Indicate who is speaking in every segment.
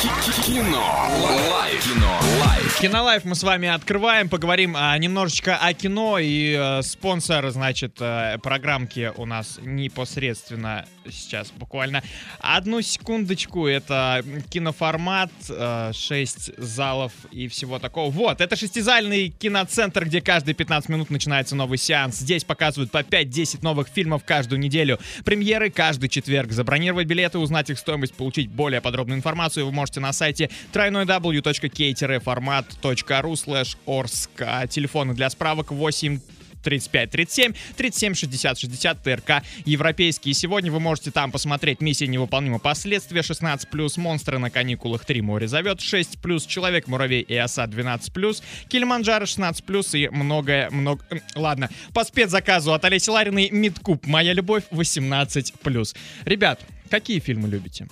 Speaker 1: Кино. Лайф. Кино. Лайф.
Speaker 2: Кинолайф мы с вами открываем, поговорим а, немножечко о кино и э, спонсор, значит, э, программки у нас непосредственно сейчас буквально одну секундочку. Это киноформат, э, 6 залов и всего такого. Вот, это шестизальный киноцентр, где каждые 15 минут начинается новый сеанс. Здесь показывают по 5-10 новых фильмов каждую неделю. Премьеры каждый четверг. Забронировать билеты, узнать их стоимость, получить более подробную информацию вы можете на сайте www.k-format.ru slash orsk. Телефоны для справок 8 35 37 37 60 60 ТРК европейские. Сегодня вы можете там посмотреть «Миссия невыполнима. Последствия» 16+, плюс, «Монстры на каникулах 3. Море зовет» 6+, плюс, «Человек, муравей и оса» 12+, плюс, «Килиманджаро» 16+, плюс и многое, много... м, Ладно, по спецзаказу от Олеси Лариной «Мидкуб. Моя любовь 18+.» плюс. Ребят, какие фильмы любите?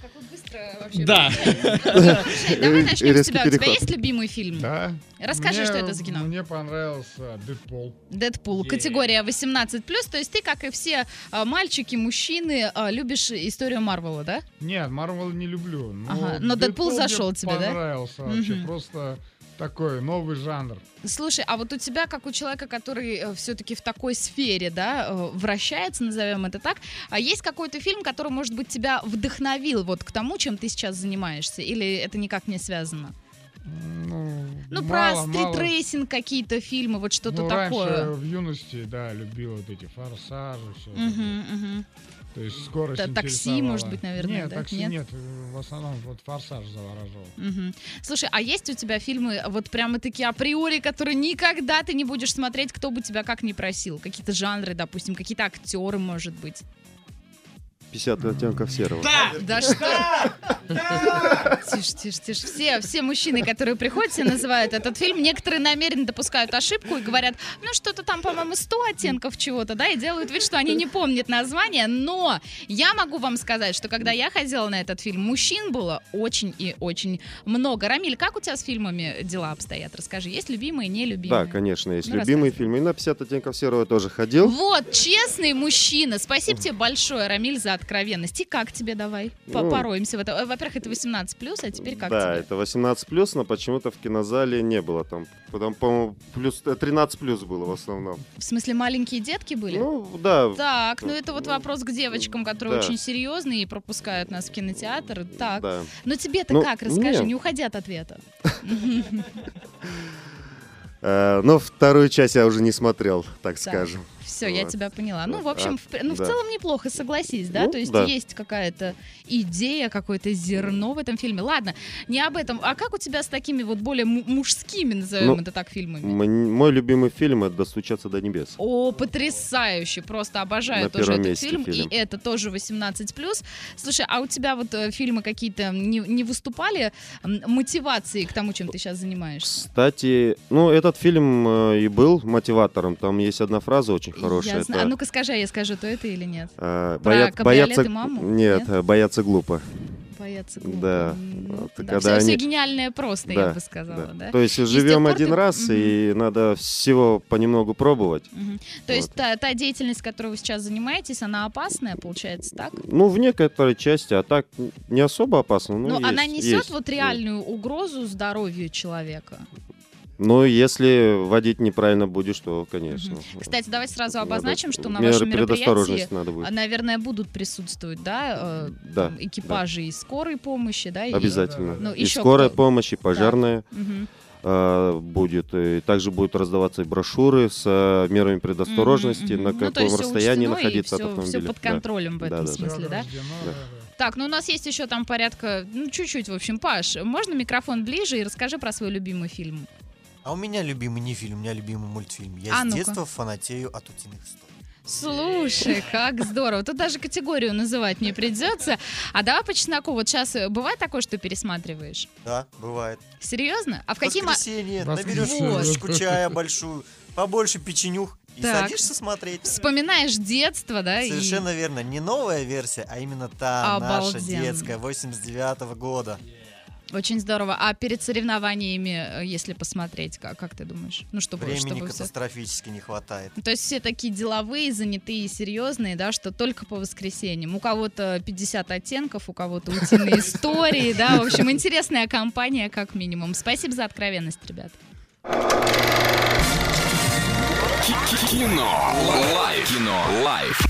Speaker 3: Как вы быстро вообще...
Speaker 2: Да.
Speaker 3: Слушай, Давай начнем с
Speaker 4: Резкий
Speaker 3: тебя. У тебя
Speaker 4: переход.
Speaker 3: есть любимый фильм?
Speaker 5: Да.
Speaker 3: Расскажи,
Speaker 5: Мне-
Speaker 3: что это за кино.
Speaker 5: Мне понравился Дэдпул.
Speaker 3: Дэдпул,
Speaker 2: Е.
Speaker 3: категория 18+, то есть ты, как и все а, мальчики, мужчины, а, любишь историю Марвела, да?
Speaker 5: Нет, Марвел не люблю. Но,
Speaker 3: Ага, но Дэдпул
Speaker 5: мне
Speaker 3: зашел тебе, да?
Speaker 5: понравился вообще.
Speaker 3: Мгм.
Speaker 5: Просто такой новый жанр.
Speaker 3: Слушай, а вот у тебя, как у человека, который все-таки в такой сфере, да, э, вращается, назовем это так, а есть какой-то фильм, который, может быть, тебя вдохновил вот к тому, чем ты сейчас занимаешься? Или это никак не связано?
Speaker 5: Ну,
Speaker 3: Ну,
Speaker 5: мало,
Speaker 3: про
Speaker 5: мало.
Speaker 3: стритрейсинг какие-то фильмы, вот что-то
Speaker 5: Ну,
Speaker 3: такое.
Speaker 5: Раньше в юности, да, любил вот эти форсажи, все.
Speaker 3: Мгм, мгм.
Speaker 5: То есть скорость
Speaker 3: Та- такси,
Speaker 5: интересовала.
Speaker 3: может быть, наверное,
Speaker 5: Нет,
Speaker 3: да?
Speaker 5: такси
Speaker 3: Нет?
Speaker 5: нет. В основном вот форсаж завораживал.
Speaker 3: Мгм. Слушай, а есть у тебя фильмы вот прямо-таки априори, которые никогда ты не будешь смотреть, кто бы тебя как ни просил? Какие-то жанры, допустим, какие-то актеры, может быть?
Speaker 4: 50 оттенков серого.
Speaker 3: Да что? Тише, тише, тише. Все, все мужчины, которые приходят, все называют этот фильм. Некоторые намеренно допускают ошибку и говорят, ну что-то там, по-моему, 100 оттенков чего-то, да, и делают вид, что они не помнят название. Но я могу вам сказать, что когда я ходила на этот фильм, мужчин было очень и очень много. Рамиль, как у тебя с фильмами дела обстоят? Расскажи, есть любимые, нелюбимые?
Speaker 4: Да, конечно, есть
Speaker 3: Ну,
Speaker 4: любимые
Speaker 3: рассказывай.
Speaker 4: фильмы. И на 50 оттенков серого тоже ходил.
Speaker 3: Вот, честный мужчина. Спасибо тебе большое, Рамиль, за откровенность. И как тебе давай? По-
Speaker 4: Ну.
Speaker 3: Пороемся в это. Э, Во-первых, это 18 плюс, а теперь как
Speaker 4: да,
Speaker 3: тебе?
Speaker 4: это 18 плюс, но почему-то в кинозале не было там. Потом, по-моему, плюс э, 13 плюс было в основном.
Speaker 3: В смысле, маленькие детки были?
Speaker 4: Ну, да.
Speaker 3: так, ну это вот
Speaker 4: ну,
Speaker 3: вопрос к девочкам, которые
Speaker 4: да.
Speaker 3: очень серьезные и пропускают нас в кинотеатр. Так.
Speaker 4: Да.
Speaker 3: Но тебе-то
Speaker 4: Ну,
Speaker 3: как? Расскажи,
Speaker 4: нет.
Speaker 3: не уходи от ответа.
Speaker 4: Э, но вторую часть я уже не смотрел, так
Speaker 3: Да.
Speaker 4: скажем.
Speaker 3: Все, я
Speaker 4: Вот.
Speaker 3: тебя поняла. Ну, в
Speaker 4: Вот,
Speaker 3: общем,
Speaker 4: а,
Speaker 3: в, пр- ну, в
Speaker 4: да.
Speaker 3: целом неплохо, согласись, да?
Speaker 4: Ну,
Speaker 3: То есть
Speaker 4: да.
Speaker 3: есть какая-то идея, какое-то зерно в этом фильме. Ладно, не об этом. А как у тебя с такими вот более му- мужскими, назовем
Speaker 4: Ну,
Speaker 3: это так, фильмами?
Speaker 4: М- Мой любимый фильм это «Достучаться до небес».
Speaker 3: О, потрясающе! Просто обожаю
Speaker 4: На
Speaker 3: тоже
Speaker 4: первом
Speaker 3: этот
Speaker 4: месте
Speaker 3: фильм,
Speaker 4: фильм.
Speaker 3: И это тоже 18+. Слушай, а у тебя вот э, фильмы какие-то не, не выступали м, мотивации к тому, чем ты сейчас занимаешься?
Speaker 4: Кстати, ну этот фильм э, и был мотиватором. Там есть одна фраза очень хорошая.
Speaker 3: Я зна- А
Speaker 4: это,
Speaker 3: ну-ка скажи, а я скажу, то это или нет?
Speaker 4: э,
Speaker 3: про
Speaker 4: боя-
Speaker 3: кабриолет
Speaker 4: бояться...
Speaker 3: и маму?
Speaker 4: Нет, э, бояться глупо.
Speaker 3: Бояться
Speaker 4: Да.
Speaker 3: глупо.
Speaker 4: Вот, когда
Speaker 3: все,
Speaker 4: они-
Speaker 3: гениальное просто, я
Speaker 4: Да,
Speaker 3: бы сказала, да?
Speaker 4: То есть
Speaker 3: тех
Speaker 4: живем
Speaker 3: пор
Speaker 4: один
Speaker 3: ты-
Speaker 4: раз, и надо всего понемногу пробовать.
Speaker 3: Мгм. То есть та, та деятельность, которой вы сейчас занимаетесь, она опасная, получается, так?
Speaker 4: Ну, в некоторой части, а так н- не особо опасно. Ну,
Speaker 3: Но она
Speaker 4: есть,
Speaker 3: несет
Speaker 4: есть.
Speaker 3: вот реальную угрозу здоровью человека.
Speaker 4: Ну, если водить неправильно будешь, то, конечно.
Speaker 3: Кстати, давайте сразу
Speaker 4: Надо-
Speaker 3: обозначим, что на
Speaker 4: мер-
Speaker 3: вашем мероприятии,
Speaker 4: предосторожность надо будет.
Speaker 3: а, наверное, будут присутствовать, да, э,
Speaker 4: Да,
Speaker 3: там, экипажи и скорой помощи, да? и-
Speaker 4: Обязательно.
Speaker 3: Ну,
Speaker 4: и
Speaker 3: еще
Speaker 4: скорая
Speaker 3: кто-
Speaker 4: помощь, и пожарная
Speaker 3: Мгм.
Speaker 4: э, будет. И также будут раздаваться и брошюры с э, мерами предосторожности,
Speaker 3: Мгм,
Speaker 4: на
Speaker 3: мгм. Ну,
Speaker 4: каком
Speaker 3: то есть всё
Speaker 4: расстоянии
Speaker 3: учтено, и
Speaker 4: находиться
Speaker 3: всё-
Speaker 4: от автомобиля.
Speaker 3: Все под
Speaker 4: Да.
Speaker 3: контролем в этом
Speaker 4: Да-да-да.
Speaker 3: смысле, да?
Speaker 5: Награждено,
Speaker 4: Да.
Speaker 3: Так, ну у нас есть еще там порядка, ну чуть-чуть, в общем, Паш, можно микрофон ближе и расскажи про свой любимый фильм?
Speaker 6: А у меня любимый не фильм, у меня любимый мультфильм. Я
Speaker 3: А
Speaker 6: с
Speaker 3: ну-ка.
Speaker 6: детства фанатею от утиных историй.
Speaker 3: Слушай, как здорово. Тут даже категорию называть не придется. А давай по чесноку. Вот сейчас бывает такое, что пересматриваешь?
Speaker 6: Да, бывает.
Speaker 3: Серьезно? А в
Speaker 6: В
Speaker 3: какие... мо-
Speaker 6: воскресенье наберешь
Speaker 5: Воскресенье.
Speaker 6: кружечку чая большую, побольше печенюх и
Speaker 3: Так.
Speaker 6: садишься смотреть.
Speaker 3: Вспоминаешь детство, да? и-
Speaker 6: э, Совершенно верно. Не новая версия, а именно та наша
Speaker 3: Обалденно.
Speaker 6: детская 89 года.
Speaker 3: Очень здорово. А перед соревнованиями, э, если посмотреть, как, как ты думаешь? Ну, чтобы,
Speaker 6: Времени
Speaker 3: чтобы все-
Speaker 6: катастрофически не хватает.
Speaker 3: То есть все такие деловые, занятые, серьезные, да, что только по воскресеньям. У кого-то 50 оттенков, у кого-то утиные истории, да. В общем, интересная компания, как минимум. Спасибо за откровенность, ребят.
Speaker 1: Кино. Лайф. Кино. Лайф.